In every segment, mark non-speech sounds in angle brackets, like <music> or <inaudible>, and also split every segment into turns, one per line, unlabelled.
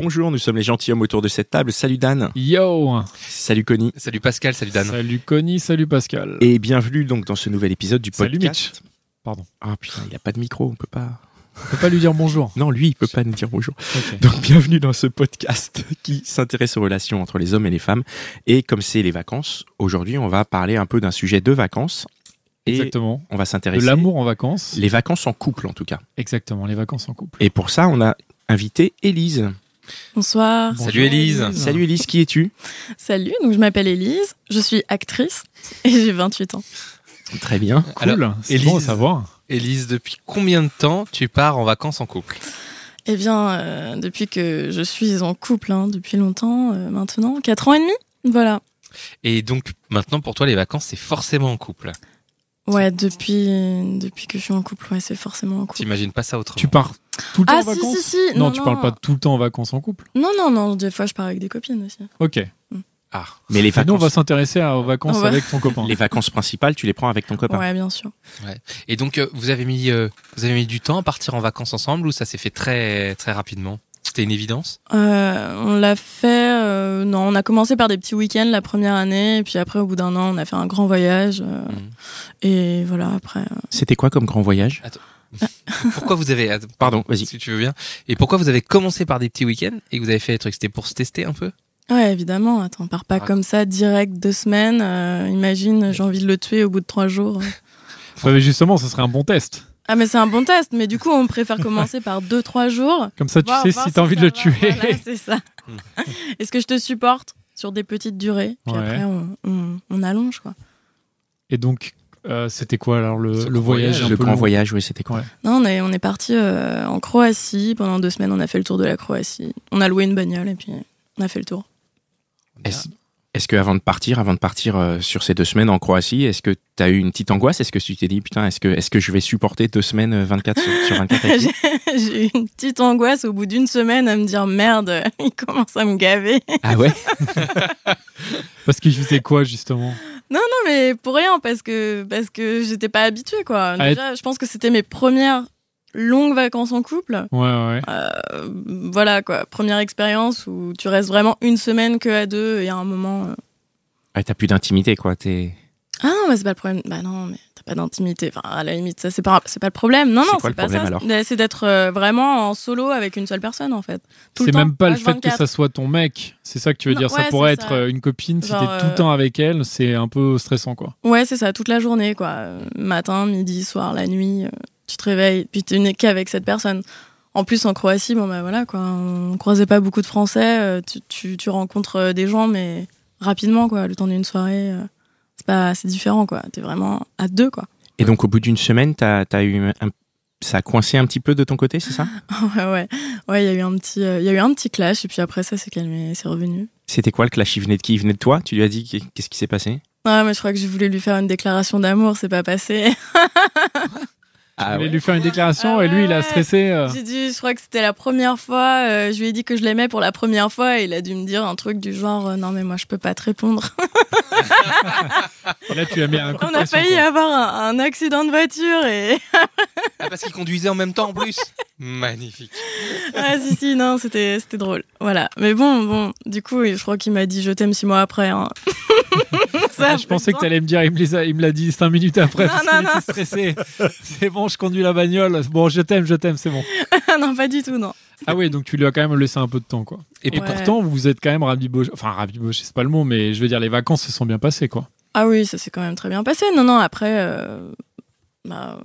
Bonjour, nous sommes les gentilshommes autour de cette table. Salut Dan,
Yo
salut Connie
Salut Pascal, salut Dan.
Salut Connie, salut Pascal.
et bienvenue donc dans ce nouvel épisode du
Salut
podcast.
Pardon.
Ah putain, il a pas de micro, on peut pas.
On peut pas lui dire bonjour.
Non, lui, il peut pas nous dire bonjour.
Ok.
Donc bienvenue dans ce podcast <laughs> qui s'intéresse aux relations entre les hommes et les femmes. Et comme c'est les vacances, aujourd'hui on va parler un peu d'un sujet de vacances <laughs> et
Exactement.
on va s'intéresser
De l'amour en vacances.
les vacances en couple en tout cas.
Exactement, les vacances en couple.
Et pour ça, on a invité Élise.
Bonsoir.
Bonjour,
Salut Élise.
Ah,
Ah.
Salut Élise, qui es-tu
Salut, donc je m'appelle Elise, je suis actrice et j'ai 28 ans.
Très bien.
Cool,
Alors,
c'est bon à
Élise.
savoir.
Élise, depuis combien de temps tu pars en vacances en couple
Eh bien, euh, depuis que je suis en couple, hein, depuis longtemps, euh, maintenant, 4 ans et demi, voilà.
Et donc maintenant pour toi les vacances c'est forcément en couple.
Ouais, depuis, depuis que je suis en couple, ouais, c'est forcément en couple.
T'imagines pas ça autrement.
Tu pars tout le temps
Ah
en
si,
vacances
si, si,
non,
non,
tu
non.
parles pas tout le temps en vacances en couple.
Non, non, non, des fois je pars avec des copines aussi.
Ok.
Ah.
Mais les
Et Bah, nous, on va
vacances,
s'intéresser à- aux vacances
On va-
avec ton copain.
les vacances principales, tu les prends avec ton copain.
Ouais, bien sûr.
Et donc euh, vous avez mis euh, vous avez mis du temps à partir en vacances ensemble ou ça s'est fait très très rapidement C'était une évidence
Euh, on l'a fait, euh, non, on a commencé par des petits week-ends la première année, et puis après, au bout d'un an, on a fait un grand voyage, euh,
Mhm.
Mmh.
et voilà, après. euh,
C'était quoi comme grand voyage
Pourquoi
<laughs>
vous avez attends,
Pardon, vas-y.
si tu veux bien et pourquoi vous avez commencé par des petits week-ends et que vous avez fait des trucs c'était pour se tester un peu
Ouais, évidemment. Attends, on part pas
Ah.
comme ça direct deux semaines. Euh, imagine, j'ai envie de le tuer au bout de trois jours.
Ouais, mais justement, ce serait un bon test.
Ah, mais c'est un bon test. Mais du coup, on préfère commencer par deux, trois jours.
Comme ça, tu
Voir-
sais
voir
si t'as envie de
ça
le
va.
tuer.
Voilà, c'est ça.
Hmm.
Est-ce que je te supporte sur des petites durées Puis
Ouais.
après, on, on- on allonge, quoi.
<laughs> Et donc, euh, c'était quoi alors le,
Ce
le
grand
voyage
voyage,
un
Le
peu
grand
long
voyage, oui, c'était quoi
Ouais.
Non, on est, on est parti euh, en Croatie. Pendant deux semaines, on a fait le tour de la Croatie. On a loué une bagnole et puis on a fait le tour. <laughs>
Est-ce est-ce que avant de partir, avant de partir euh, sur ces deux semaines en Croatie, est-ce que tu as eu une petite angoisse Est-ce que tu t'es dit, putain, est-ce que, est que je vais supporter deux semaines euh, 24 sur, sur 24 avec
<laughs>
lui
J'ai j'ai eu une petite angoisse au bout d'une semaine à me dire merde, <laughs> il commence à me gaver.
Ah ouais
Parce qu'il faisait quoi justement
Non, mais pour rien, parce que, parce que j'étais pas habituée, quoi.
Ah,
Déjà, je pense que c'était mes premières longues vacances en couple.
Ouais, ouais.
Euh, voilà, quoi. Première expérience où tu restes vraiment une semaine que à deux et à un moment. euh,
Ouais, T'as plus d'intimité, quoi. t'es-
Ah non, mais c'est pas le problème. Bah non, mais t'as pas d'intimité. Enfin, à la limite, ça, c'est pas, c'est pas le problème. Non,
C'est
non,
quoi
c'est
le
pas
problème,
ça.
alors
Mais C'est d'être euh, vraiment en solo avec une seule personne, en fait. Tout le
C'est
temps,
même pas le fait que
H24.
ça soit ton mec. C'est ça que tu veux
Non,
dire. ça
ouais,
pourrait
c'est
être
ça.
euh, une copine. si
Genre,
t'es tout le
euh,
temps avec elle, c'est un peu stressant, quoi.
Ouais, c'est ça, toute la journée, quoi. Euh, Matin, midi, soir, la nuit, euh, tu te réveilles, puis tu n'es qu'avec cette personne. En plus, en Croatie, bon, bah voilà, quoi. On croisait pas beaucoup de Français, euh, tu, tu- tu rencontres euh, des gens, mais rapidement, quoi, le temps d'une soirée. euh, c'est pas c'est différent, quoi. T'es vraiment à deux, quoi. <laughs>
Et donc, au bout d'une semaine, t'as as eu un- ça a coincé un petit peu de ton côté, c'est ça
ouais, ouais. Ouais, il y a eu un petit, euh, il y a eu un petit clash, et puis après, ça s'est calmé, c'est revenu.
C'était quoi le clash Il venait de qui Il venait de toi Tu lui as dit qu'est- qu'est-ce qui s'est passé
Ouais, mais je crois que je voulais lui faire une déclaration d'amour, c'est pas passé.
Tu
Ah
voulais lui faire une déclaration
Ah
et lui, il a
ouais.
stressé. euh.
J'ai dit, je crois que c'était la première fois. euh, je lui ai dit que je l'aimais pour la première fois et il a dû me dire un truc du genre euh, non mais moi je peux pas te répondre.
Et là, tu as mis un coup de
On a
pression,
failli hein.
quoi.
avoir un, un accident de voiture et <laughs>
Ah, parce qu'ils conduisaient en même temps en plus. Magnifique.
ah si si non c'était c'était drôle. Voilà. Mais bon bon du coup je crois qu'il m'a dit je t'aime six mois
<laughs>
après. hein. Ça,
Ah, Je pensais que t'allais me dire, il me les a- il me l'a dit cinq minutes après.
Non,
parce
non,
qu'il
non.
était stressé. <laughs> C'est bon, je conduis la bagnole. Bon, je t'aime, je t'aime, c'est bon.
non pas du tout non.
Ah oui, donc tu lui as quand même laissé un peu de temps, quoi. Et,
Ouais.
pourtant, vous vous êtes quand même rabiboché. Enfin, rabiboché, c'est pas le mot, mais je veux dire, les vacances se sont bien passées, quoi.
Ah oui, ça s'est quand même très bien passé. Non, non, après, euh, bah,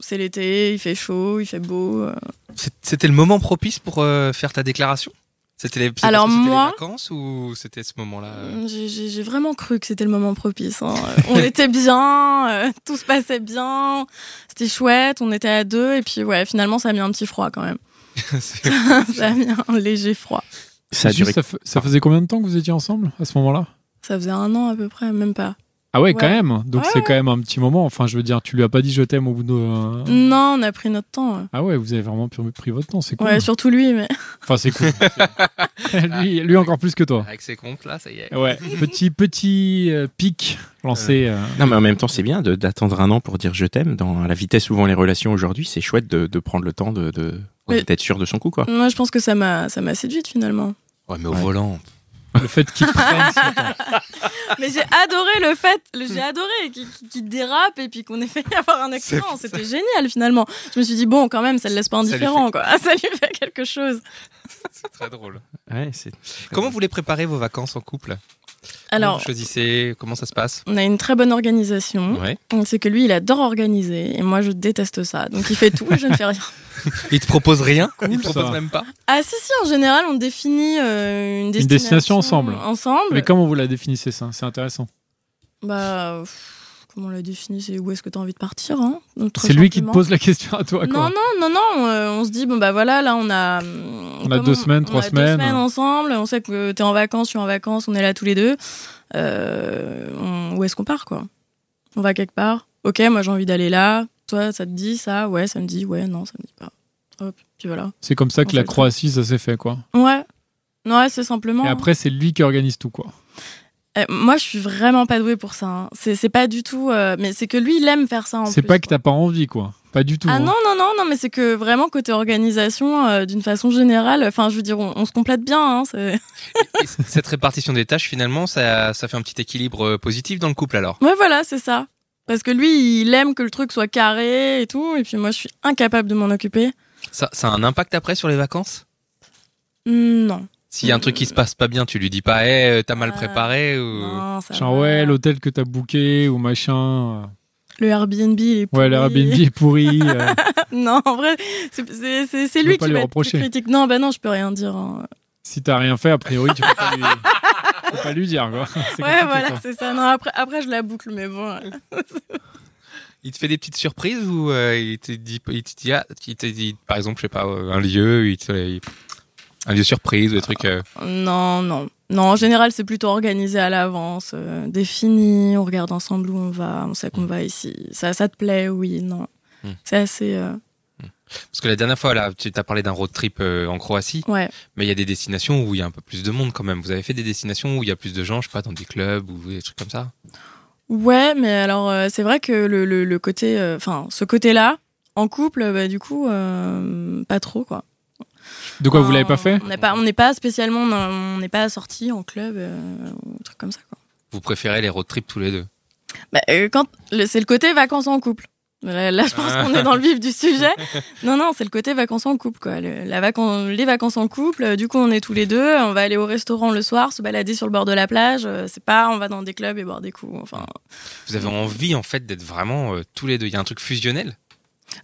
c'est l'été, il fait chaud, il fait beau. euh.
C'est- C'était le moment propice pour euh, faire ta déclaration C'était les, c'est
Alors
parce que c'était les
moi-
vacances ou c'était ce moment-là euh,
Mm, J'ai- J'ai j'ai vraiment cru que c'était le moment propice. hein. <laughs> Euh, on était bien, euh, tout se passait bien, c'était chouette, on était à deux, et puis ouais, finalement, ça a mis un petit froid quand même.
<laughs>
<laughs>
c'est-
ça a mis un léger froid.
Ça a
Juste,
duré.
ça, fa- ça faisait combien de temps que vous étiez ensemble à ce moment-là
Ça faisait un an à peu près, même pas.
Ah ouais,
Ouais.
quand même. Donc
Ouais,
c'est quand même un petit moment. Enfin, je veux dire, tu lui as pas dit je t'aime au bout de.
Non, on a pris notre temps. ouais.
Ah ouais, vous avez vraiment pris pris votre temps, c'est cool.
Ouais, surtout lui, mais <laughs>
Enfin, c'est cool. lui, lui encore plus que toi.
Avec ses comptes là, ça y est.
Ouais, petit petit euh, pic lancé. euh,
Non, mais en même temps, c'est bien de- d'attendre un an pour dire je t'aime. Dans à la vitesse où vont les relations aujourd'hui, c'est chouette de, de prendre le temps de, de-
Mais-
d'être sûr de son coup, quoi.
moi je pense que ça m'a ça m'a séduite finalement.
Ouais, mais au volant.
le fait qu'il prenne son
<laughs>
temps.
Mais j'ai adoré le fait, le- j'ai adoré qu'il qu'il dérape et puis qu'on ait fait <laughs> y avoir un accident. C'était génial finalement. Je me suis dit bon, quand même, ça le laisse pas
Ça lui
indifférent quoi. <laughs> Ça lui fait quelque chose.
C'est très drôle.
Ouais, c'est.
Comment vous les préparez vos vacances en couple Comment
Alors.
vous choisissez Comment ça se passe
On a une très bonne organisation.
Ouais.
C'est que lui, il adore organiser et moi, je déteste ça. Donc, il fait tout et je ne
<laughs>
fais rien.
Il te propose rien Il te
ça.
propose même pas
Ah, si, si, en général, on définit euh, une destination.
destination ensemble.
Ensemble.
Mais comment vous la définissez ça C'est intéressant.
Bah, pff, comment on la définit C'est où est-ce que tu as envie de partir hein Donc, très
C'est lui qui te
simplement.
pose la question à toi.
Non,
Ah, Quoi.
non, non, non. euh, on se dit, bon, bah voilà, là, on a. On
a deux semaines, trois
on a
semaines.
Deux semaines ensemble. On sait que t'es en vacances, je suis en vacances, on est là tous les deux. Euh, on- où est-ce qu'on part, quoi On va quelque part. Ok, moi, j'ai envie d'aller là. Toi, ça te dit ça Ouais, ça me dit. Ouais, non, ça me dit pas. Hop, puis voilà.
C'est comme ça
On
que
fait
la
le truc.
Croatie, ça s'est fait quoi.
Ouais. Ouais, c'est simplement.
Et après, c'est lui qui organise tout quoi.
Euh, moi, je suis vraiment pas douée pour ça. hein. C'est c'est pas du tout. euh, mais c'est que lui, il aime faire ça en
C'est
plus,
pas que
quoi.
t'as pas envie quoi. Pas du tout.
Ah
hein.
non, non, non, non, mais c'est que vraiment, côté organisation, euh, d'une façon générale, enfin, je veux dire, on, on se complète bien. Hein, c'est- <laughs>
Et c- Cette répartition des tâches, finalement, ça, ça fait un petit équilibre euh, positif dans le couple alors
ouais, voilà, c'est ça. Parce que lui, il aime que le truc soit carré et tout. Et puis moi, je suis incapable de m'en occuper.
ça, ça a un impact après sur les vacances
Non.
S'il y a un truc qui se passe pas bien, tu lui dis pas, hé, t'as mal
Ah,
préparé ou...
non ça
Euh, Genre
va.
ouais, l'hôtel que t'as booké ou machin. euh,
Le Airbnb, il est
Ouais,
pourri.
l'Airbnb est pourri. euh,
<laughs> non, en vrai, c'est- c'est c'est- c'est lui
pas
qui
lui
va être plus
reprocher.
critique. Non, bah non, je peux rien dire. hein.
si t'as rien fait, a priori, tu peux pas lui, tu peux pas lui dire
<laughs>
quoi. C'est
Ouais,
compliqué,
voilà,
quoi.
c'est ça. Non, après, après, je la boucle, mais bon. euh,
Il te fait des petites surprises ou euh, il te dit, il te dit, ah, il te dit, par exemple, je sais pas, euh, un lieu, il te- il- un lieu surprise ou des trucs. euh,
Non, non. Non, en général, c'est plutôt organisé à l'avance, euh, défini, on regarde ensemble où on va, on
Mm.
sait qu'on va ici. Ça, ça te plaît, oui, non.
Mm.
C'est assez. euh,
Parce que la dernière fois, là, tu as parlé d'un road trip euh, en Croatie,
Ouais.
mais il y a des destinations où il y a un peu plus de monde quand même. Vous avez fait des destinations où il y a plus de gens, je sais pas, dans des clubs ou des trucs comme ça.
Ouais, mais alors, euh, c'est vrai que le, le, le côté. euh, Enfin, ce côté-là, en couple, bah, du coup, euh, pas trop, quoi.
De quoi vous
Enfin,
l'avez pas fait
On n'est pas, on n'est pas spécialement. On n'est pas sorti en club, euh, ou un truc comme ça, quoi.
Vous préférez les road trips tous les deux.
Bah, euh, quand le- c'est le côté vacances en couple. Là, là, je pense qu'on est dans le vif du sujet. Non, non, c'est le côté vacances en couple. Quoi. Le- la vacan- les vacances en couple, euh, du coup, on est tous les deux. On va aller au restaurant le soir, se balader sur le bord de la plage. euh, c'est pas, on va dans des clubs et boire des coups. Enfin,
Vous avez envie en fait d'être vraiment euh, tous les deux. Il y a un truc fusionnel.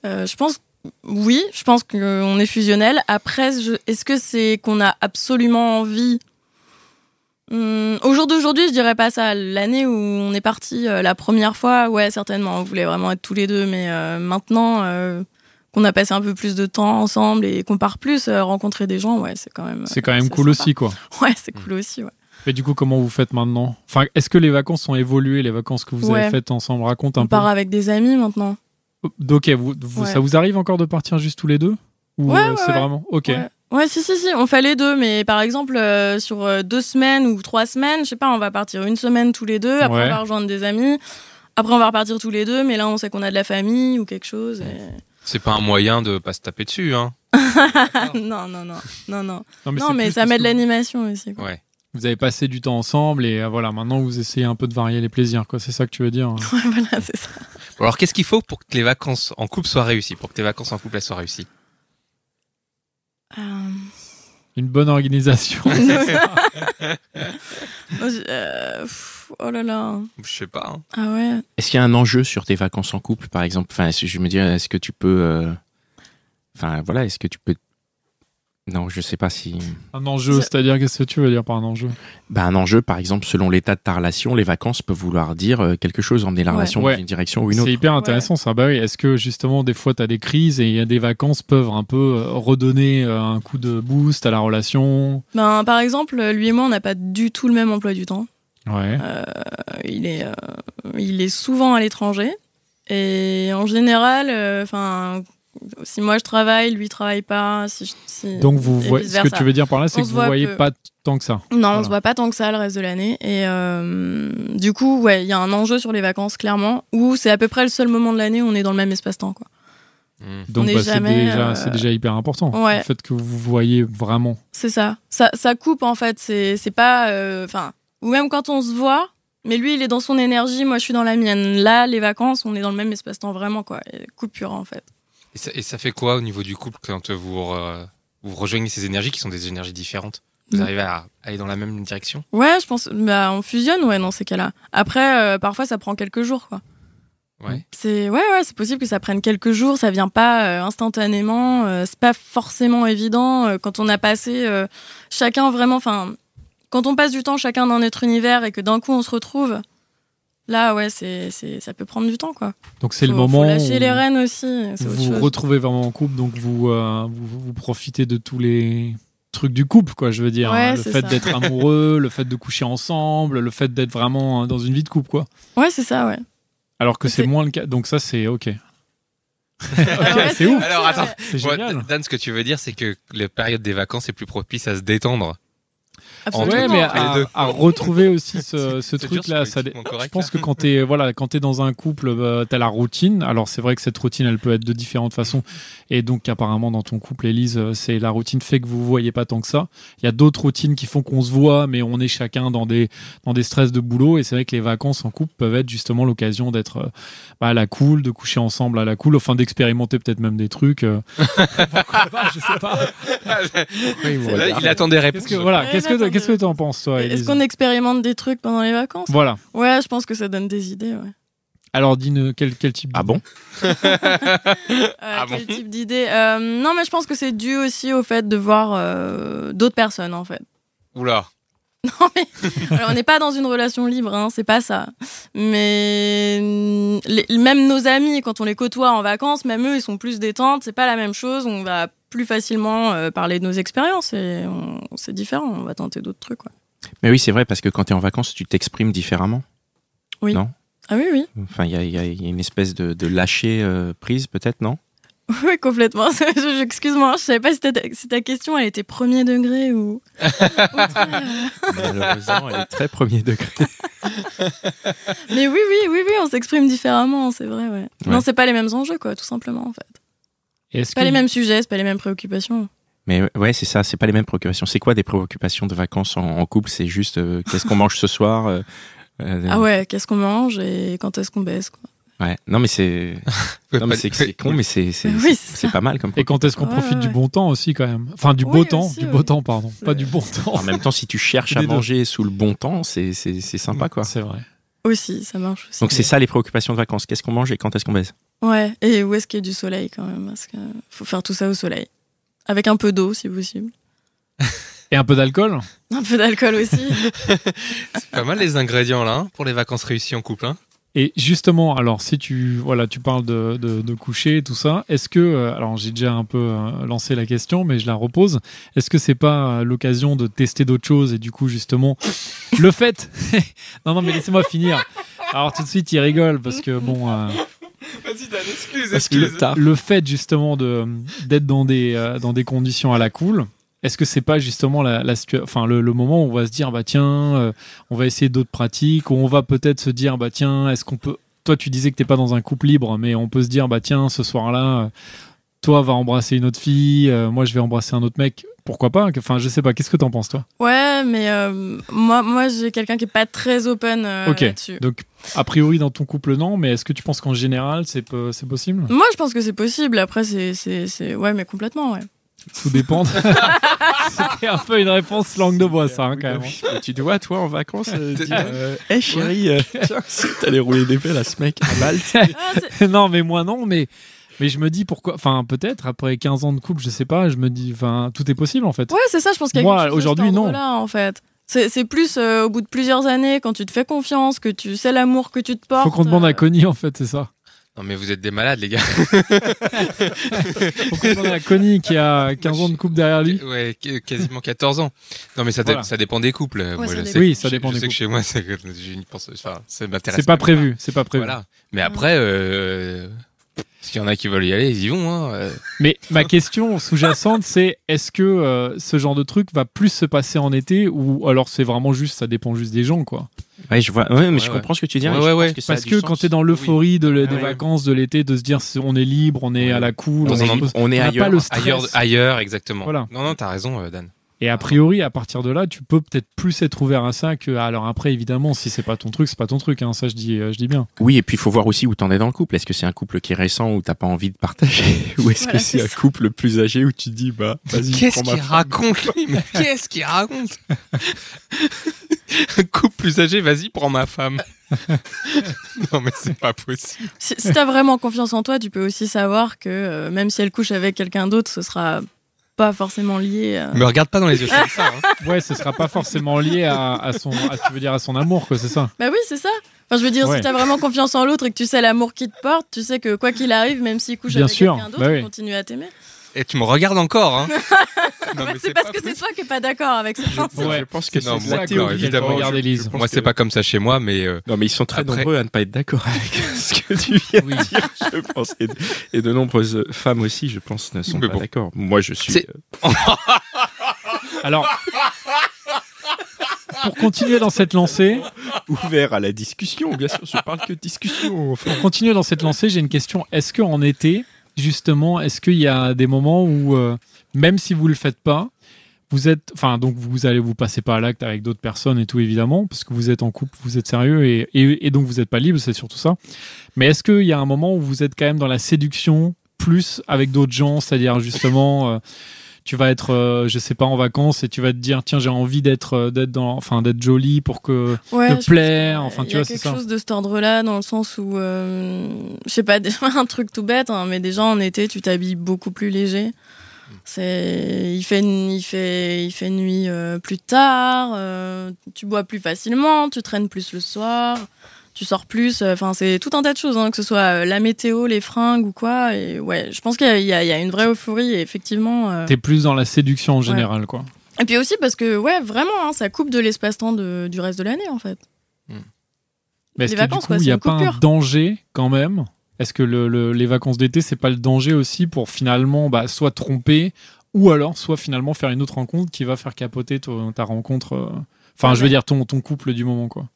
euh, je pense, oui, je pense qu'on est fusionnel. Après, je- est-ce que c'est qu'on a absolument envie Hum, au jour d'aujourd'hui, je dirais pas ça. L'année où on est parti euh, la première fois, ouais, certainement, on voulait vraiment être tous les deux. Mais euh, maintenant euh, qu'on a passé un peu plus de temps ensemble et qu'on part plus, euh, rencontrer des gens, ouais, c'est quand même.
C'est
euh,
quand même cool
sympa.
aussi Hmm. quoi.
Ouais, c'est cool aussi, ouais.
Mais du coup, comment vous faites maintenant Enfin, est-ce que les vacances ont évolué, les vacances que vous
Ouais.
avez faites ensemble Raconte un
On
peu.
part avec des amis maintenant.
Donc, vous, vous-
Ouais.
ça vous arrive encore de partir juste tous les deux Ou
Ouais,
euh,
ouais,
c'est
ouais.
vraiment Ok.
Ouais. Ouais, si, si, si, on fait les deux, mais par exemple, euh, sur euh, deux semaines ou trois semaines, je sais pas, on va partir une semaine tous les deux, après
Ouais.
on va rejoindre des amis, après on va repartir tous les deux, mais là on sait qu'on a de la famille ou quelque chose. <laughs> et-
C'est pas un moyen de pas se taper dessus, hein.
non, non, non, non, non.
mais,
non,
c'est
mais
plus
ça
parce
met de
que
l'animation aussi. Quoi. <laughs>
Ouais.
Vous avez passé du temps ensemble et euh, voilà, maintenant vous essayez un peu de varier les plaisirs, quoi. C'est ça que tu veux dire hein.
Ouais, voilà, c'est ça.
Bon, Alors qu'est-ce qu'il faut pour que les vacances en couple soient réussies, pour que tes vacances en couple elles soient réussies
Euh,
Une bonne
<laughs>
organisation.
non, je- euh, pff, oh là là.
Je sais pas. hein.
Ah ouais.
Est-ce qu'il y a un enjeu sur tes vacances en couple, par exemple Enfin, est-ce- je me dis, est-ce que tu peux, euh, enfin voilà, est-ce que tu peux Non, je sais pas si.
Un enjeu, c'est-à-dire qu'est-ce que tu veux dire par un enjeu
Bah, un enjeu, par exemple, selon l'état de ta relation, les vacances peuvent vouloir dire euh, quelque chose, emmener la
Ouais.
relation
Ouais.
dans une direction ou une autre.
C'est hyper intéressant ça. Bah oui, est-ce que justement des fois tu as des crises et des vacances peuvent un peu euh, redonner euh, un coup de boost à la relation
Ben, par exemple, lui et moi, on n'a pas du tout le même emploi du temps.
Ouais.
Euh, il, est, euh, il est souvent à l'étranger. Et en général, euh, enfin, si moi je travaille, lui travaille pas. Si je- si-
Donc vous
et
voyez ce que
vice-versa.
tu veux dire par là, c'est
On
que
se
vous
voit
voyez
peu.
pas tant que ça.
Non, on
Voilà.
se voit pas tant que ça le reste de l'année. Et euh, du coup, ouais, il y a un enjeu sur les vacances, clairement, où c'est à peu près le seul moment de l'année où on est dans le même espace-temps. Quoi.
Donc
hein. Hmm.
est
bah, c'est
jamais,
déjà,
euh,
c'est déjà hyper important.
Ouais.
Le fait que vous voyez vraiment.
C'est ça. ça. Ça coupe, en fait. C'est c'est pas. euh, Enfin, ou même quand on se voit, mais lui, il est dans son énergie, moi, je suis dans la mienne. Là, les vacances, on est dans le même espace-temps, vraiment, quoi. Et Coupure, en fait.
Et ça, et ça fait quoi au niveau du couple quand vous, re- vous rejoignez ces énergies qui sont des énergies différentes Vous
Mm.
arrivez à aller dans la même direction
Ouais, je pense. Bah, on fusionne, ouais, dans ces cas-là. Après, euh, parfois, ça prend quelques jours, quoi.
Ouais.
C'est ouais, ouais, c'est possible que ça prenne quelques jours, ça vient pas euh, instantanément, euh, c'est pas forcément évident euh, quand on a passé euh, chacun vraiment, enfin, quand on passe du temps chacun dans notre univers et que d'un coup on se retrouve, là ouais, c'est c'est ça peut prendre du temps quoi.
Donc c'est le
Faut-
moment
Faut lâcher
où
les rênes aussi, c'est autre
vous
chose.
vous retrouvez vraiment en couple, donc vous, euh, vous vous profitez de tous les trucs du couple, quoi. Je veux dire, hein.
Ouais,
le
c'est
fait
ça.
d'être amoureux, le fait de coucher ensemble, le fait d'être vraiment euh, dans une vie de couple, quoi.
Ouais, c'est ça, ouais.
Alors que
Et
c'est
c'est-
moins le cas. Donc ça, c'est OK.
Ah ouais,
OK,
<laughs>
c'est ouf.
Alors,
ouais.
attends.
Mm. C'est
Ouais,
génial.
Dan, ce que tu veux dire, c'est que la période des vacances est plus propice à
<laughs>
se détendre.
Absolument.
Ouais,
entre-
mais
entre les
à,
deux.
à retrouver aussi ce, ce
C'est dur,
truc-là.
c'est
ça dé-
politiquement
Je
correct, hein.
pense que quand t'es voilà, quand t'es dans un couple, bah, t'as la routine. Alors c'est vrai que cette routine, elle peut être de différentes façons. Et donc apparemment dans ton couple, Élise, euh, c'est la routine fait que vous vous voyez pas tant que ça. Il y a d'autres routines qui font qu'on se voit, mais on est chacun dans des dans des stress de boulot. Et c'est vrai que les vacances en couple peuvent être justement l'occasion d'être euh, bah, à la cool, de coucher ensemble à la cool, enfin d'expérimenter peut-être même des trucs.
<laughs>
euh. Pourquoi pas, je sais pas. Oui, vous
Là,
regardez.
il attend des réponses.
Qu'est-ce que voilà,
Ouais,
qu'est-ce que
j'attends
qu'est-ce
de-
que t'en penses toi,
Est-ce
Élise
qu'on expérimente des trucs pendant les vacances
Voilà.
Ouais, je pense que ça donne des idées. Ouais.
Alors, dis-nous quel, quel type.
Ah bon
Euh,
Ah bon
quel type d'idée Euh, Non, mais je pense que c'est dû aussi au fait de voir euh, d'autres personnes en fait. <laughs>
Oula.
Non, mais- alors, on n'est pas dans une relation libre, hein, c'est pas ça. Mais mm, les- même nos amis, quand on les côtoie en vacances, même eux, ils sont plus détentes, c'est pas la même chose. On va plus facilement euh, parler de nos expériences et on- c'est différent, on va tenter d'autres trucs. quoi.
Mais oui, c'est vrai, parce que quand t'es en vacances, tu t'exprimes différemment.
Ah oui, oui,
Enfin, il y a, il y a- il y a une espèce de, de lâcher euh, prise, peut-être, non
<laughs> oui, complètement. <laughs> Je- je- Excuse-moi, je savais pas si ta, si ta question elle était premier degré
<laughs>
ou. ou très, euh,
Malheureusement, elle est très premier degré.
Mais oui, oui, oui, oui, on s'exprime différemment, c'est vrai, ouais. Non,
Ouais.
c'est pas les mêmes enjeux, quoi, tout simplement, en fait.
Est-ce
Pas
que-
les mêmes sujets, c'est pas les mêmes préoccupations.
Mais euh, ouais, c'est ça, c'est pas les mêmes préoccupations. C'est quoi des préoccupations de vacances en, en couple C'est juste euh, qu'est-ce qu'on mange ce soir euh, euh,
Ah ouais, qu'est-ce qu'on mange et quand est-ce qu'on baisse, quoi.
ouais. Non, mais c'est <laughs> non, mais c'est- c'est con, mais c'est c'est-
Oui,
c'est-
c'est ça.
c'est pas mal comme
Et quand est-ce qu'on
Ouais,
profite
ouais,
du
ouais.
bon temps aussi, quand même Enfin, du beau
Oui,
temps,
aussi,
du
ouais.
beau temps, pardon,
Le-
pas du bon temps.
En
<laughs>
même temps, si tu cherches à
Les deux.
manger sous le bon temps, c'est c'est- c'est sympa, quoi.
C'est vrai.
Aussi, ça marche aussi.
Donc c'est ça les préoccupations de vacances. Qu'est-ce qu'on mange et quand est-ce qu'on baise
Ouais, et où est-ce qu'il y a du soleil, quand même, parce que faut faire tout ça au soleil. Avec un peu d'eau, si possible. <laughs>
Et un peu d'alcool
Un peu
<laughs>
d'alcool aussi.
Pas mal les ingrédients là hein, pour les vacances réussies en couple. hein.
Et justement, alors si tu voilà, tu parles de, de, de coucher et tout ça, est-ce que euh, alors j'ai déjà un peu euh, lancé la question, mais je la repose. Est-ce que c'est pas euh, l'occasion de tester d'autres choses et du coup justement <laughs> le fait <laughs> Non non, mais laissez-moi finir. Alors tout de suite, il rigole parce que bon. euh,
Vas-y, Dan, excuse,
Parce que le
excuse.
tard.
le fait justement de d'être dans des euh, dans des conditions à la cool est-ce que c'est pas justement la, la situa- enfin le, le moment où on va se dire bah tiens euh, on va essayer d'autres pratiques ou on va peut-être se dire bah tiens est-ce qu'on peut toi tu disais que t'es pas dans un couple libre mais on peut se dire bah tiens ce soir-là euh, toi va embrasser une autre fille euh, moi je vais embrasser un autre mec pourquoi pas enfin je sais pas qu'est-ce que t'en penses toi
Ouais, mais euh, moi, moi j'ai quelqu'un qui est pas très open euh,
Ok.
là-dessus.
donc a priori dans ton couple non mais est-ce que tu penses qu'en général c'est peu- c'est possible
Moi, je pense que c'est possible. Après, c'est, c'est, c'est... Ouais, mais complètement, ouais.
tout dépend <laughs> c'était un peu une réponse langue de bois ça hein, quand même
Tu te vois, toi, en
<laughs>
vacances
Euh,
Eh <laughs>
<laughs>
chérie, tiens, t'allais rouler des pelles à ce mec à Malte.
Ah, c'est-
non, mais moi non, mais Mais je me dis pourquoi. Enfin, peut-être après 15 ans de couple, je sais pas. Je me dis, enfin, tout est possible en fait.
Ouais, c'est ça, je pense qu'il y a
Moi,
quelque chose de
aujourd'hui,
cet
non.
ordre-là, en fait. C'est c'est plus euh, au bout de plusieurs années, quand tu te fais confiance, que tu sais l'amour que tu te portes.
Faut qu'on demande
euh,
à Connie en fait, c'est ça.
Non, mais vous êtes des malades, les gars.
Faut qu'on demande à Connie qui a 15 ans de couple derrière lui.
<laughs> Ouais, qu- quasiment 14 ans. Non, mais ça, dé-
Ah Voilà.
ça dépend des couples. euh, Moi,
ça
je
dépend.
sais-
Oui, ça
je-
dépend
je
des
sais que
couples.
chez moi, <laughs> c'est que j'ai une pense- enfin, ça m'intéresse.
C'est pas
même
prévu, c'est pas prévu.
Voilà. Mais
Mmh.
après, euh, s'il y en a qui veulent y aller, ils y vont. Hein. Euh,
Mais ma question sous-jacente, c'est est-ce que euh, ce genre de truc va plus se passer en été ou alors c'est vraiment juste, ça dépend juste des gens quoi.
Ouais, je vois. Ouais, mais je
ouais.
comprends ce que tu dis. et
Ouais,
je
ouais,
pense
ouais.
que ça a
Parce
du
que
sens.
quand t'es dans l'euphorie de le- des
Ouais.
vacances de l'été, de se dire c'est- on est libre, on est à la cool,
Dans
on,
un
est,
endroit-
on est
n'a
ailleurs.
pas le stress.
ailleurs, ah. ailleurs, exactement.
Voilà.
Non, non, t'as raison, euh, Dan.
Et a priori, à partir de là, tu peux peut-être plus être ouvert à ça que alors après évidemment, si c'est pas ton truc, c'est pas ton truc. hein, ça je dis, euh, je dis bien.
Oui, et puis il faut voir aussi où t'en es dans le couple. Est-ce que c'est un couple qui est récent où t'as pas envie de partager, <laughs> ou est-ce
Voilà,
que c'est
c'est
un
ça.
couple plus âgé où tu dis bah vas-y.
Qu'est-ce
prends ma
qu'il raconte lui <laughs> Mais qu'est-ce qu'il raconte Un couple plus âgé, vas-y, prends ma femme. <laughs> non, mais c'est pas possible.
Si, si
<laughs>
t'as vraiment confiance en toi, tu peux aussi savoir que euh, même si elle couche avec quelqu'un d'autre, ce sera pas forcément lié. euh.
Me regarde pas dans les yeux comme
<laughs>
ça. hein.
Ouais, ce sera pas forcément lié à, à son, à, tu veux dire à son amour quoi, c'est ça.
Bah oui, c'est ça. Enfin, je veux dire,
Ouais.
si t'as vraiment confiance en l'autre et que tu sais l'amour qu'il te porte, tu sais que quoi qu'il arrive, même s'il couche
Bien
avec
sûr,
quelqu'un d'autre,
bah
il
oui.
continue à t'aimer.
Et tu me regardes encore. Hein. <laughs> non,
Ouais, c'est parce que c'est
possible.
toi qui n'es pas d'accord avec ce principe.
Ouais,
je pense que
c'est
non,
ça
moi,
que
d'accord,
qu'elle
évidemment,
regarde
je-
Élise.
Moi, c'est pas comme ça chez moi, mais euh,
Non, mais ils sont très
Après-
nombreux à ne pas être d'accord avec <laughs> ce que tu viens de dire, je pense. Et de, et de nombreuses femmes aussi, je pense, ne sont
Mais
pas
bon.
d'accord. Moi, je suis. euh,
C'est-
Alors, pour continuer dans cette lancée,
ouvert à la discussion. Bien sûr, je parle que de discussion. enfin.
pour continuer dans cette lancée, j'ai une question. Est-ce que en été, justement, est-ce qu'il y a des moments où, euh, même si vous le faites pas, vous êtes, enfin, donc vous allez vous passer pas à l'acte avec d'autres personnes et tout évidemment, parce que vous êtes en couple, vous êtes sérieux et, et- et donc vous n'êtes pas libre, c'est surtout ça. Mais est-ce qu'il y a un moment où vous êtes quand même dans la séduction plus avec d'autres gens, c'est-à-dire justement. euh, tu vas être, euh, je sais pas, en vacances et tu vas te dire, tiens, j'ai envie d'être, euh, d'être dans, enfin, d'être jolie pour que
Ouais,
de
je pense
plaire,
que, euh,
enfin, tu
il y a
vois, c'est ça.
quelque chose de cet ordre-là, dans le sens où, euh, je sais pas, <laughs> déjà, un truc tout bête, hein, mais déjà en été, tu t'habilles beaucoup plus léger. C'est, il fait, il fait, il fait nuit euh, plus tard. euh, tu bois plus facilement, tu traînes plus le soir, tu sors plus. euh, Enfin, c'est tout un tas de choses, hein, que ce soit euh, la météo, les fringues ou quoi. Et ouais, je pense qu'il y a, il y a- il y a une vraie euphorie et effectivement. euh,
T'es plus dans la séduction en général, quoi.
Et puis aussi parce que ouais, vraiment, hein, ça coupe de l'espace-temps de- du reste de l'année en fait.
Hmm.
Mais
Les
est-ce que
vacances,
du
quoi,
coup, il
c'est
n'y a
une
pas un
coupure.
danger quand même Est-ce que le- le- les vacances d'été, c'est pas le danger aussi pour finalement bah, soit tromper ou alors soit finalement faire une autre rencontre qui va faire capoter ton- ta rencontre euh, Enfin, je veux dire ton, ton couple du moment, quoi.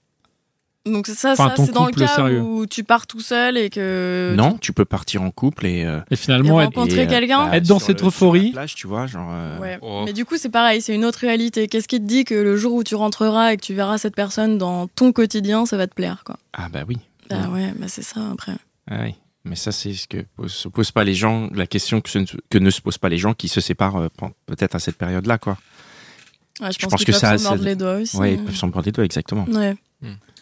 Donc ça,
Enfin,
ça
ton
c'est dans le
couple
cas
sérieux.
où tu pars tout seul et que
Non, tu peux partir en couple et. euh,
Et
et
finalement, être-
Euh, rencontrer
et, euh,
quelqu'un.
bah,
Être dans
sur
cette
le- sur
euphorie.
la plage, tu vois, genre. euh,
Ouais.
oh.
Mais du coup, c'est pareil, c'est une autre réalité. Qu'est-ce qui te dit que le jour où tu rentreras et que tu verras cette personne dans ton quotidien, ça va te plaire quoi
Ah bah oui.
Bah ouais, bah c'est ça après.
Ah oui. Mais ça, c'est ce que pose- se posent pas les gens, la question que, se ne- que ne se posent pas les gens qui se séparent euh, pen- peut-être à cette période-là, quoi.
Ouais, je,
Je
pense,
pense
qu'ils
que
peuvent
ça,
se mordre
c'est-
les doigts aussi.
Ouais, ils peuvent s'en prendre les doigts, exactement.
Ouais.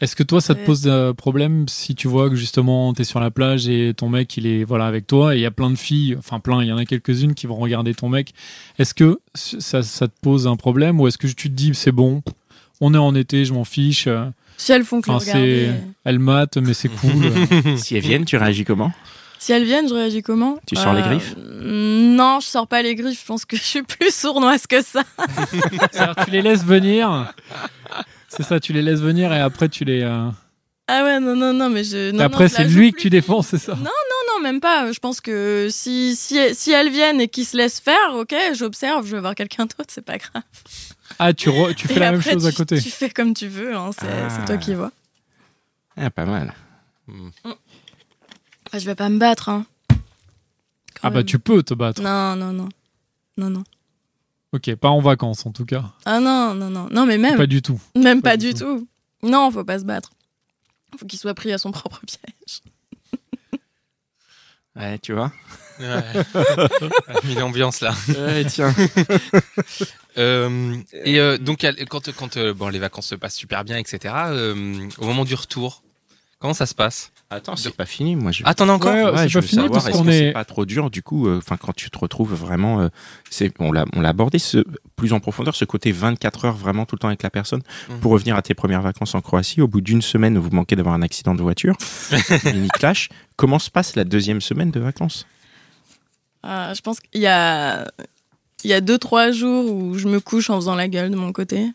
Est-ce que toi, ça te
Ouais.
pose un problème si tu vois que justement, t'es sur la plage et ton mec, il est voilà avec toi et il y a plein de filles, enfin plein, il y en a quelques-unes qui vont regarder ton mec. Est-ce que ça, ça te pose un problème ou est-ce que tu te dis, c'est bon, on est en été, je m'en fiche, euh,
Si elles font que
enfin,
le regarder.
c'est, elle mate, mais c'est cool.
<laughs>
euh.
si elles viennent, tu réagis comment
Si elles viennent, je réagis comment Euh,
Tu sors les griffes
Non, je sors pas les griffes. Je pense que <laughs> je suis plus sournoise que ça.
C'est-à-dire, tu les laisses venir. C'est ça, tu les laisses venir et après tu les. euh,
Ah ouais, non, non, non, mais je. non,
et après
non, je
c'est
la joue
lui que
plus.
tu défends, c'est ça.
Non, même pas. Je pense que si, si, si elles viennent et qu'ils se laissent faire, ok, j'observe, je vais voir quelqu'un d'autre, c'est pas grave.
Ah, tu, re- tu fais
Et
la même
après,
chose à
tu-
côté.
Tu fais comme tu veux, hein, c'est
Ah.
c'est toi qui vois.
Ah, pas mal.
Enfin, je vais pas me battre. Hein. Quand
Ah bah
même.
tu peux te battre.
Non, non, non. Non, non.
Ok, pas en vacances en tout cas,
Ah non, non, non. Non, mais même,
pas du tout.
même
pas
pas,
du
du tout. Non, faut pas se battre. Faut qu'il soit pris à son propre piège.
Ouais, tu vois.
Ouais. <laughs> Ah, Mille ambiance là.
Ouais, tiens.
Euh, et euh, donc elle- quand quand euh, bon les vacances se passent super bien etc. euh, au moment du retour comment ça se passe
Attends, c'est pas fini. Moi, je...
Attends encore.
Ah, Ouais,
Ouais,
c'est
je
pas
veux
fini
savoir,
parce
est-ce
qu'on
que
est.
c'est pas trop dur du coup euh, Enfin, quand tu te retrouves vraiment, euh, c'est on l'a on l'a abordé ce, plus en profondeur, ce côté 24 heures vraiment tout le temps avec la personne.
Mmh.
Mhm.
Pour revenir à tes premières vacances en Croatie, au bout d'une semaine, vous manquez d'avoir un accident de voiture,
<laughs>
mini clash. Comment se passe la deuxième semaine de vacances
Euh, je pense qu'il y a, il y a deux, trois jours où je me couche en faisant la gueule de mon côté.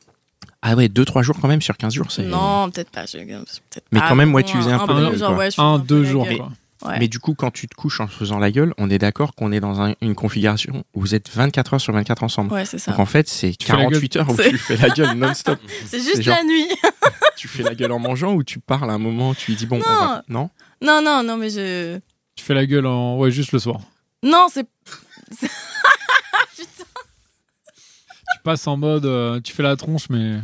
Ah ouais, deux trois jours quand même sur 15 jours, c'est.
Non, peut-être pas. je- peut-être
Mais
pas,
quand même, ouais,
bon,
tu faisais un peu la
jour,
gueule,
genre,
quoi.
ouais, je faisais
Un,
peu
deux
la
jours.
gueule.
quoi.
Ouais.
Mais du coup, quand tu te couches en se faisant la gueule, on est d'accord qu'on est dans un- une configuration où vous êtes 24 heures sur 24 ensemble.
Ouais, c'est ça.
Donc en fait, c'est
Tu fais la gueule.
48 heures où
C'est-
tu fais la
<laughs>
gueule non-stop.
C'est juste
genre-
la nuit. <laughs>
tu fais la gueule en mangeant ou tu parles à un moment, tu lui dis bon, on va- non
non, non, non, mais je.
Tu fais la gueule en. Ouais, juste le soir.
Non, c'est.
Tu passes en mode. euh, tu fais la tronche, mais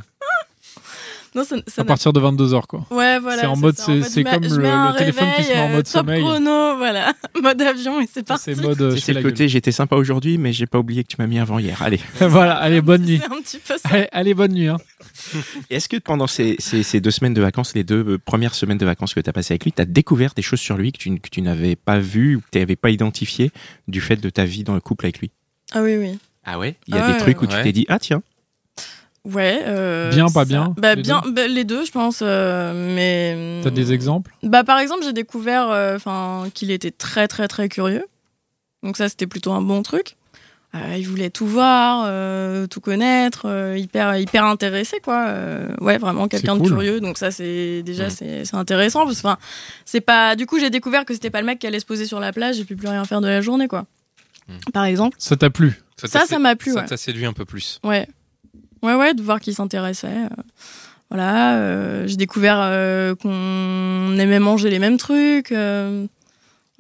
Non, ça, ça
à
n'a-
partir de 22h, quoi.
Ouais, voilà.
C'est en mode,
ça.
c'est-
fait, je
c'est
mets-
comme
je
le-
mets un
le téléphone qui se met en
réveil,
mode
euh, top
sommeil.
chrono, voilà. <laughs> mode avion et c'est parti.
C'est mode. euh, je
C'est
fais
le
la
côté j'étais sympa aujourd'hui, mais j'ai pas oublié que tu m'as mis avant hier. Allez.
gueule. <laughs> voilà, allez, bonne nuit.
C'est un petit peu ça.
<laughs> Allez, allez, bonne nuit. Hein.
Est-ce que pendant ces, ces- ces deux semaines de vacances, les deux euh, premières semaines de vacances que tu as passées avec lui, tu as découvert des choses sur lui que tu, n- que tu n'avais pas vues ou que tu n'avais pas identifiées du fait de ta vie dans le couple avec lui
Ah oui, oui.
Ah ouais Il y a
Ah
des
ouais.
trucs où tu
Ouais.
t'es dit ah tiens,
Ouais. euh,
Bien, pas
ça-
bien,
Bah,
les
bien, bah, les deux, je pense. euh, mais.
T'as
Mmh.
des exemples
Bah, par exemple, j'ai découvert euh, 'fin, qu'il était très, très, très curieux. Donc, ça, c'était plutôt un bon truc. Euh, il voulait tout voir, euh, tout connaître, euh, hyper, hyper intéressé, quoi. Euh, ouais, vraiment quelqu'un
cool.
de curieux. Donc, ça, c'est déjà,
Mhm.
c'est c'est intéressant. Parce que, 'fin, c'est pas. Du coup, j'ai découvert que c'était pas le mec qui allait se poser sur la plage et puis plus rien faire de la journée, quoi. Par exemple.
Ça t'a plu
Ça, ça m'a plu,
Ça
ouais.
t'a séduit un peu plus.
Ouais. Ouais, ouais, de voir qu'il s'intéressait. euh, Voilà, euh, j'ai découvert euh, qu'on aimait manger les mêmes trucs. euh,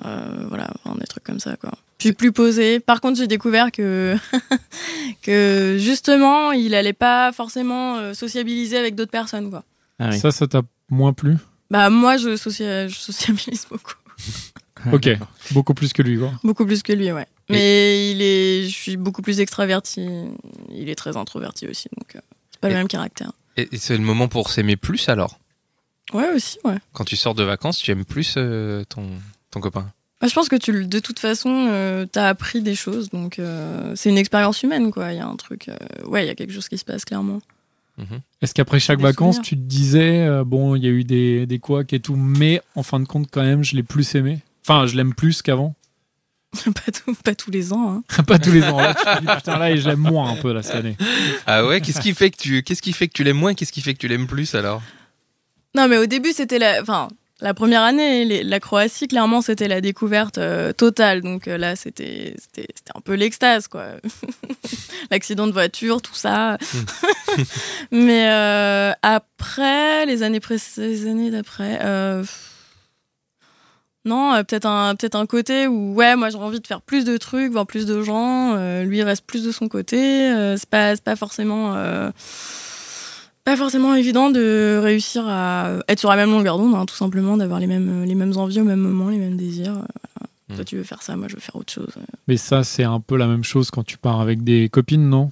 euh, voilà, enfin, des trucs comme ça, quoi. Puis plus posé. Par contre, j'ai découvert que, <laughs> que justement, il allait pas forcément euh, sociabiliser avec d'autres personnes, quoi.
Ah oui.
Ça, ça t'a moins plu
Bah, moi, je, socia- je sociabilise <laughs> beaucoup.
Ok, beaucoup plus que lui, quoi.
Beaucoup plus que lui, ouais. Mais il est, je suis beaucoup plus extraverti. Il est très introverti aussi, donc euh, c'est pas
Et-
le même caractère.
Et, et c'est le moment pour s'aimer plus alors.
Ouais, aussi, ouais.
Quand tu sors de vacances, tu aimes plus euh, ton, ton copain.
Moi, je pense que tu, le- de toute façon, euh, t'as appris des choses, donc euh, c'est une expérience humaine, quoi. Il y a un truc, euh, ouais, il y a quelque chose qui se passe clairement. <laughs>
Est-ce qu'après chaque
Des
vacances,
souvenirs.
tu te disais, euh, bon, il y a eu des, des couacs et tout, mais en fin de compte, quand même, je l'ai plus aimé Enfin, je l'aime plus qu'avant. <laughs>
pas, tout- pas tous les ans. Hein.
Pas tous les ans. Là, tu te dis, putain, là, et je l'aime moins un peu, là, cette année.
Ah ouais, qu'est-ce qui fait que tu qu'est-ce qui fait que tu l'aimes moins, qu'est-ce qui fait que tu l'aimes plus alors
Non, mais au début, c'était la, enfin, la première année, les- la Croatie, clairement, c'était la découverte euh, totale. Donc euh, là, c'était, c'était, c'était un peu l'extase, quoi. <laughs> L'accident de voiture, tout ça. <laughs> mais euh, après, les années pré- les années d'après. euh, Non, euh, peut-être un, peut un côté où, ouais, moi j'ai envie de faire plus de trucs, voir plus de gens. euh, lui, il reste plus de son côté. euh, c'est pas, c'est pas forcément. euh, pas forcément évident de réussir à être sur la même longueur d'onde, hein, tout simplement, d'avoir les mêmes, les mêmes envies au même moment, les mêmes désirs. euh, voilà.
Mm.
Toi, tu veux faire ça, moi, je veux faire autre chose. euh.
Mais ça, c'est un peu la même chose quand tu pars avec des copines, non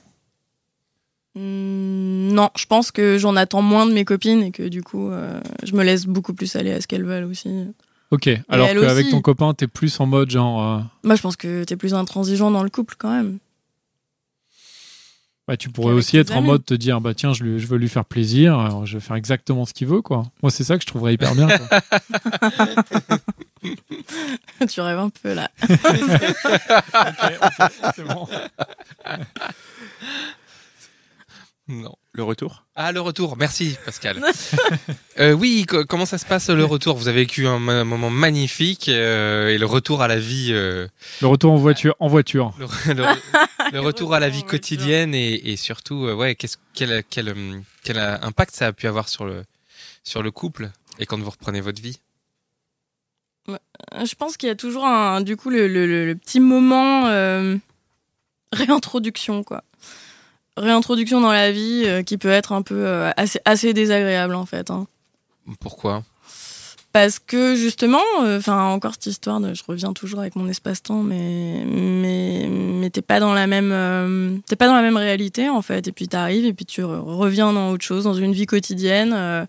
Mm, non, je pense que j'en attends moins de mes copines et que du coup, euh, je me laisse beaucoup plus aller à ce qu'elles veulent aussi.
Ok, alors
elle
qu'avec
aussi.
ton copain, t'es plus en mode genre, euh,
Moi, je pense que t'es plus intransigeant dans le couple quand même. <laughs>
bah, tu pourrais
Qu'avec
aussi
tes
être en
amis.
mode te dire, bah tiens, je, lui- je veux lui faire plaisir, alors je vais faire exactement ce qu'il veut, quoi. Moi, c'est ça que je trouverais hyper bien. quoi.
tu rêves un peu là.
Non.
le retour
Ah le retour, merci
<laughs>
Pascal. Euh, oui, co- comment ça se passe le retour Vous avez vécu un, ma- moment magnifique euh, et le retour à la vie euh,
Le retour en voiture, en voiture.
le, re-
<laughs>
le re- le retour à la vie
Retour, ouais,
quotidienne et, et surtout euh, ouais, qu'est-ce quel quel hum, quel impact ça a pu avoir sur le sur le couple et quand vous reprenez votre vie
Je pense qu'il y a toujours un, du coup, le, le- le- le petit moment euh, réintroduction, quoi. Réintroduction dans la vie euh, qui peut être un peu euh, assez, assez désagréable, en fait. hein.
Pourquoi
Parce que justement, euh, enfin encore cette histoire de, je reviens toujours avec mon espace-temps, mais mais mais t'es pas dans la même euh, t'es pas dans la même réalité en fait. Et puis t'arrives et puis tu re- reviens dans autre chose, dans une vie quotidienne euh,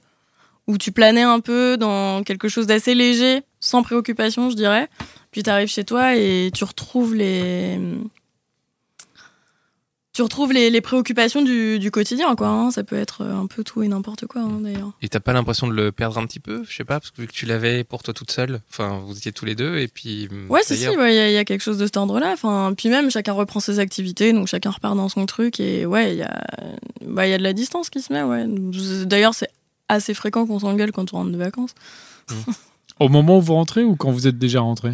où tu planais un peu dans quelque chose d'assez léger, sans préoccupation, je dirais. Puis tu arrives chez toi et tu retrouves les. Tu retrouves les, les préoccupations du, du quotidien, quoi. hein. Ça peut être un peu tout et n'importe quoi, hein, d'ailleurs.
Et t'as pas l'impression de le perdre un petit peu Je sais pas, parce que vu que tu l'avais pour toi toute seule, enfin, vous étiez tous les deux, et puis. mm,
Ouais, si, si,
d'ailleurs,
ouais, il y, a- il y a quelque chose de cet ordre-là. Enfin, puis même, chacun reprend ses activités, donc chacun repart dans son truc. Et ouais, il y a, bah, il y a de la distance qui se met, ouais. D'ailleurs, c'est assez fréquent qu'on s'engueule quand on rentre de vacances.
Au moment où vous rentrez ou quand vous êtes déjà rentré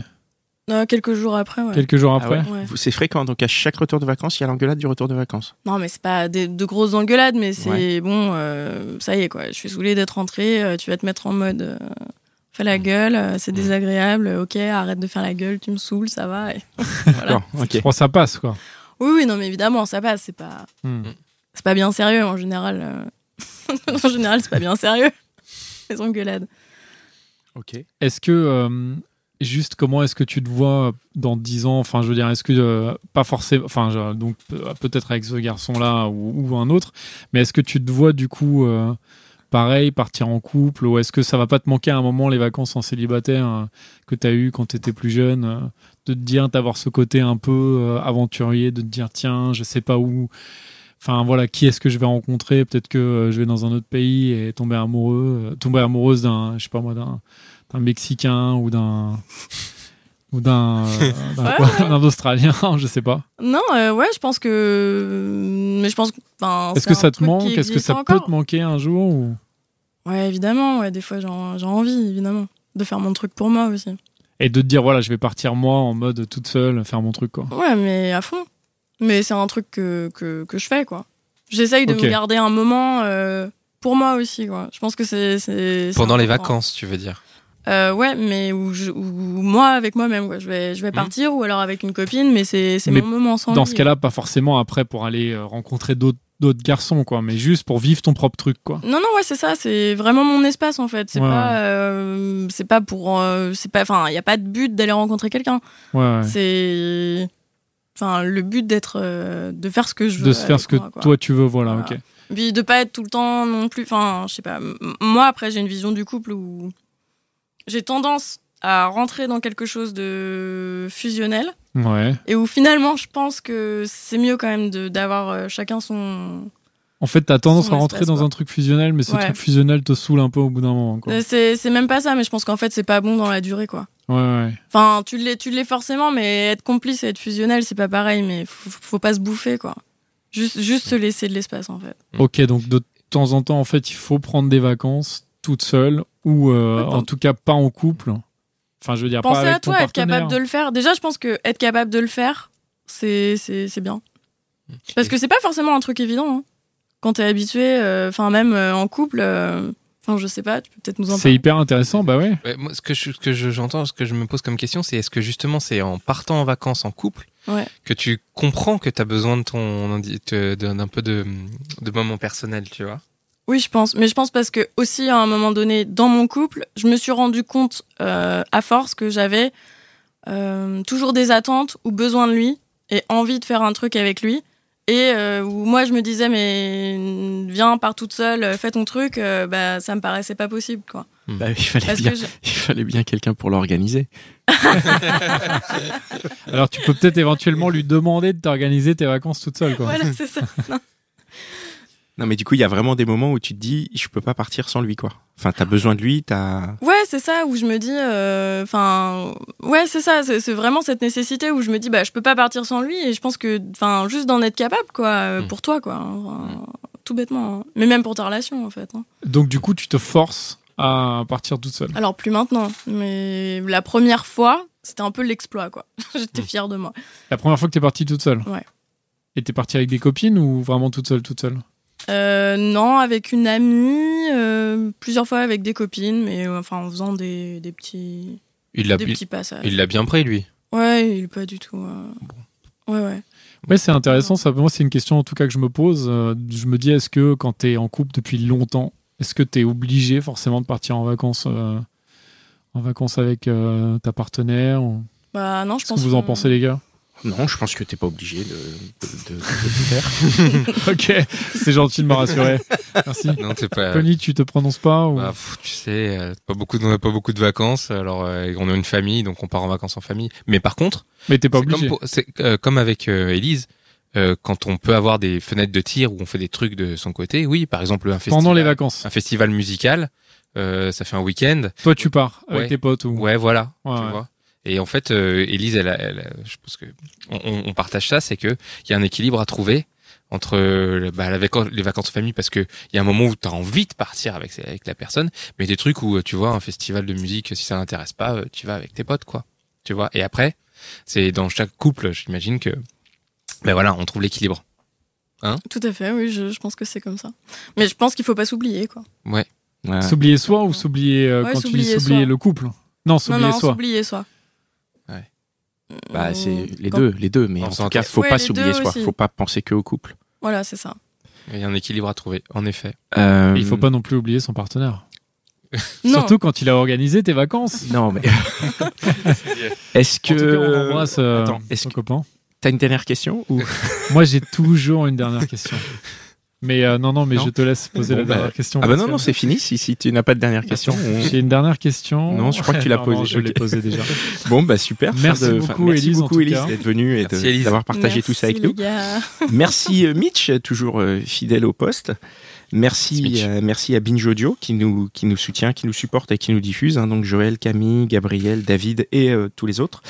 Euh, quelques jours après, ouais.
Quelques jours
Ah
après
Ouais.
C'est fréquent, donc à chaque retour de vacances, il y a l'engueulade du retour de vacances.
Non, mais c'est pas des- de grosses engueulades, mais c'est
Ouais.
bon, euh, ça y est, quoi. Je suis saoulée d'être rentrée, euh, tu vas te mettre en mode euh, fais la gueule, euh, c'est désagréable, euh, ok, arrête de faire la gueule, tu me saoules, ça va. et- voilà.
D'accord, ok.
Bon, ça passe, quoi.
Oui, oui, non, mais évidemment, ça passe, c'est pas,
Hmm.
c'est pas bien sérieux en général. euh. <laughs> en général, c'est pas bien sérieux, les engueulades.
Est-ce que, euh, juste, comment est-ce que tu te vois dans 10 ans Enfin, je veux dire, est-ce que, euh, pas forcément, enfin, je- donc pe- peut-être avec ce garçon-là ou, ou un autre, mais est-ce que tu te vois du coup, euh, pareil, partir en couple Ou est-ce que ça va pas te manquer à un moment les vacances en célibataire euh, que tu as eu quand tu étais plus jeune euh, De te dire, d'avoir ce côté un peu euh, aventurier, de te dire, tiens, je sais pas où. Enfin voilà, qui est-ce que je vais rencontrer Peut-être que euh, je vais dans un autre pays et tomber amoureux, euh, tomber amoureuse d'un, je sais pas moi, d'un d'un Mexicain ou d'un ou d'un euh, d'un quoi, d'un Australien, <laughs> je sais pas.
Non, euh, ouais, je pense que. Mais je pense que. enfin,
Est-ce
c'est
que
un
ça te
truc qui
manque Est-ce que
existe
ça peut
encore.
te manquer un jour ou-
Ouais, évidemment, ouais, des fois, j'en- j'ai envie, évidemment, de faire mon truc pour moi aussi.
Et de te dire voilà, je vais partir moi en mode toute seule faire mon truc quoi.
Ouais, mais à fond. Mais c'est un truc que, que, que je fais, quoi. J'essaye de
Ok.
me garder un moment euh, pour moi aussi, quoi. Je pense que c'est. c'est- c'est
Pendant les
important.
vacances, tu veux dire.
Euh, Ouais, mais où, je- où moi, avec moi-même, quoi. Je vais, je
Mmh.
vais partir ou alors avec une copine, mais c'est c'est
Mais
mon moment sans
Dans
lui.
ce cas-là, pas forcément après pour aller euh, rencontrer d'autres d'autres garçons quoi, mais juste pour vivre ton propre truc quoi.
Non, non, ouais, c'est ça. C'est vraiment mon espace, en fait. C'est
Ouais,
pas. euh, c'est pas pour. euh, c'est pas. Enfin, il n'y a pas de but d'aller rencontrer quelqu'un.
Ouais, ouais.
C'est. Enfin, le but d'être. euh, de faire ce que je veux.
De se faire
avec
ce que
moi, quoi.
toi tu veux voilà,
Voilà.
OK.
Puis de pas être tout le temps non plus. Enfin, je sais pas. M- Moi, après, j'ai une vision du couple où j'ai tendance à rentrer dans quelque chose de fusionnel
Ouais.
et où finalement, je pense que c'est mieux quand même de- d'avoir euh, chacun son.
En fait, t'as tendance
Son
à rentrer
espace,
dans
quoi.
un truc fusionnel, mais ce
Ouais.
truc fusionnel te saoule un peu au bout d'un moment quoi.
Euh, C'est c'est même pas ça, mais je pense qu'en fait, c'est pas bon dans la durée, quoi.
Ouais ouais.
Enfin, tu l'es, tu l'es forcément, mais être complice et être fusionnel, c'est pas pareil. Mais faut, faut pas se bouffer, quoi. Juste, juste se laisser de l'espace, en fait.
Ok, donc de temps en temps, en fait, il faut prendre des vacances toute seule ou euh,
Ouais,
en tout cas pas en couple. Enfin, je veux dire, pas
Pensez
avec
à
ton
toi, être
partenaire.
capable de le faire. Déjà, je pense que être capable de le faire, c'est c'est c'est bien. Parce que c'est pas forcément un truc évident. hein. Quand t'es habitué, euh, enfin même euh, en couple, euh, enfin je sais pas, tu peux peut-être nous en
C'est
parler.
hyper intéressant, bah ouais.
Ouais, moi, ce que je- ce que je- j'entends, ce que je me pose comme question, c'est est-ce que justement, c'est en partant en vacances en couple
Ouais.
que tu comprends que t'as besoin de ton indi- te- d'un d'un peu de, de moment personnel, tu vois
Oui, je pense. Mais je pense parce que aussi à un moment donné, dans mon couple, je me suis rendu compte euh, à force que j'avais euh, toujours des attentes ou besoin de lui et envie de faire un truc avec lui. Et euh, où moi je me disais mais viens pars toute seule, euh, fais ton truc, euh, bah ça me paraissait pas possible quoi.
Bah, il fallait
Parce
bien,
que je-
il fallait bien quelqu'un pour l'organiser.
Alors tu peux peut-être éventuellement lui demander de t'organiser tes vacances toute seule, quoi.
voilà c'est ça. Non.
Non, mais du coup, il y a vraiment des moments où tu te dis, je peux pas partir sans lui, quoi. Enfin, t'as besoin de lui, t'as.
Ouais c'est ça où je me dis euh, enfin ouais c'est ça c'est c'est vraiment cette nécessité où je me dis bah je peux pas partir sans lui et je pense que enfin juste d'en être capable quoi euh,
Mm.
pour toi quoi hein, enfin, tout bêtement hein. mais même pour ta relation en fait. hein.
Donc du coup, tu te forces à partir toute seule.
Alors plus maintenant mais la première fois c'était un peu l'exploit quoi. <laughs> J'étais
Mm.
fière de moi.
La première fois que t'es partie toute seule.
Ouais.
Et t'es partie avec des copines ou vraiment toute seule, toute seule
Euh, non, avec une amie, euh, plusieurs fois avec des copines, mais euh, enfin en faisant des, des petits,
Il l'a
des
il-
petits passages.
il l'a bien pris, lui.
Ouais, il est pas du tout. euh, Ouais, ouais.
Ouais, c'est intéressant. Ça, moi, c'est une question en tout cas que je me pose. Euh, je me dis, est-ce que quand t'es en couple depuis longtemps, est-ce que t'es obligé forcément de partir en vacances, euh, en vacances avec euh, ta partenaire ou-
Bah non, je
Qu'est-ce que
Bah, pense.
vous en
qu'on-
pensez, les gars
Non, je pense que t'es pas obligé de, de- de- de le faire.
<laughs> ok, c'est gentil de me rassurer. <laughs> Merci.
Non, c'est
<laughs>
pas.
Connie, tu te prononces pas ou...
Bah, pff, tu sais, euh, pas beaucoup, de- on n'a pas beaucoup de vacances. Alors, euh, on a une famille, donc on part en vacances en famille. Mais par contre,
Mais t'es pas
c'est comme,
obligé.
pour- c'est, euh, comme avec euh, Élise, euh, quand on peut avoir des fenêtres de tir où on fait des trucs de son côté, oui, par exemple un festival,
Pendant les vacances.
un festival musical, euh, ça fait un week-end.
Toi, tu pars avec
Ouais.
tes potes ou.
Ouais, voilà.
Ouais,
tu
ouais.
vois. Et en fait, euh, Élise, elle, a- elle a- je pense que on, on- on partage ça, c'est que il y a un équilibre à trouver entre euh, bah, la vaca- les vacances en famille parce que il y a un moment où tu as envie de partir avec avec la personne, mais des trucs où euh, tu vois un festival de musique, si ça n'intéresse pas, euh, tu vas avec tes potes, quoi. Tu vois. Et après, c'est dans chaque couple, j'imagine que, ben voilà, on trouve l'équilibre.
Tout à fait, oui, je, je pense que c'est comme ça. Mais je pense qu'il faut pas s'oublier, quoi.
Ouais.
S'oublier soi ou s'oublier euh,
Ouais,
quand tu dis
s'oublier
s'oublier
soi.
le couple Non,
Non,
s'oublier
non,
soi.
s'oublier soi.
Ouais.
Mm,
Bah, c'est les
quand-
deux, les deux, mais
Dans
en
son
tout cas,
cas.
faut
Ouais,
pas
les
s'oublier
deux
soi,
aussi.
faut pas penser que au couple.
Voilà, c'est ça.
Il y a un équilibre à trouver, en effet.
Euh,
Et
Mm.
Il faut pas non plus oublier son partenaire.
Non.
Surtout quand il a organisé tes vacances.
<laughs> Non, <laughs> mais. Est-ce
En tout cas, on
que.
embrasse euh,
Attends, est-ce
son
que-
copain.
T'as une dernière question ou...
Moi, j'ai toujours une dernière <laughs> question. Mais euh, non, non, mais
Non.
je te laisse poser
Bon,
la
bah,
dernière question.
Ah bah
parce
non,
que
non, c'est fini. Si, si tu n'as pas de dernière question,
<laughs>
on-
J'ai une dernière question.
Non, je crois que tu l'as
Non, non,
posée.
Je l'ai
Ok.
posée déjà.
bon, bah super. fin
Merci
de- fin-
beaucoup,
merci
Élise, en
beaucoup,
tout
Élise,
cas.
d'être venue et de-
Merci, Élise.
d'avoir partagé
Merci,
tout ça avec
les
nous.
gars.
<laughs>
Merci euh, Mitch, toujours euh, fidèle au poste.
Merci,
Merci,
Mitch.
euh, merci à Binge Audio qui nous, qui nous soutient, qui nous supporte et qui nous diffuse. hein. donc Joël, Camille, Gabriel, David et euh, tous les autres.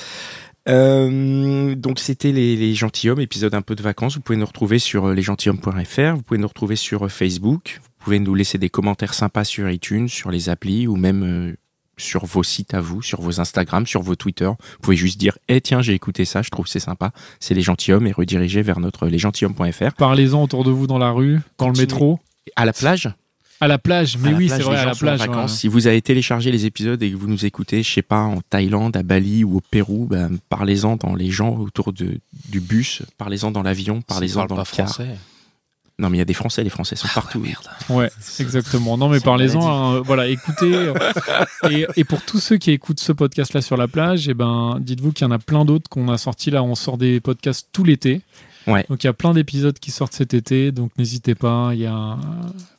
Euh, donc c'était les, les gentilshommes, épisode un peu de vacances. Vous pouvez nous retrouver sur euh, lesgentilhommes.fr, vous pouvez nous retrouver sur euh, Facebook, vous pouvez nous laisser des commentaires sympas sur iTunes, sur les applis ou même euh, sur vos sites à vous, sur vos Instagram, sur vos Twitter. Vous pouvez juste dire Eh tiens, j'ai écouté ça, je trouve que c'est sympa. C'est les gentilshommes et rediriger vers notre lesgentilhommes.fr.
Parlez-en autour de vous dans la rue, dans le
Continuez.
métro,
À la plage,
à la plage. Mais
à la
oui,
plage,
c'est vrai,
les
à
gens
la
sont en
plage. ouais.
vacances. Si vous avez téléchargé les épisodes et que vous nous écoutez, je sais pas, en Thaïlande, à Bali ou au Pérou, ben, parlez-en dans les gens autour de, du bus, parlez-en dans l'avion,
S'ils
parlez-en
parlent
dans
pas
le car.
français. Ah
Non, mais il y a des Français, les Français sont partout.
Ouais,
<laughs>
exactement. Non, mais parlez-en. hein, euh, voilà, écoutez. euh, et, et pour tous ceux qui écoutent ce podcast-là sur la plage, eh ben, dites-vous qu'il y en a plein d'autres qu'on a sortis là. On sort des podcasts tout l'été.
Ouais.
Donc il y a plein d'épisodes qui sortent cet été. Donc n'hésitez pas. Il y a, euh,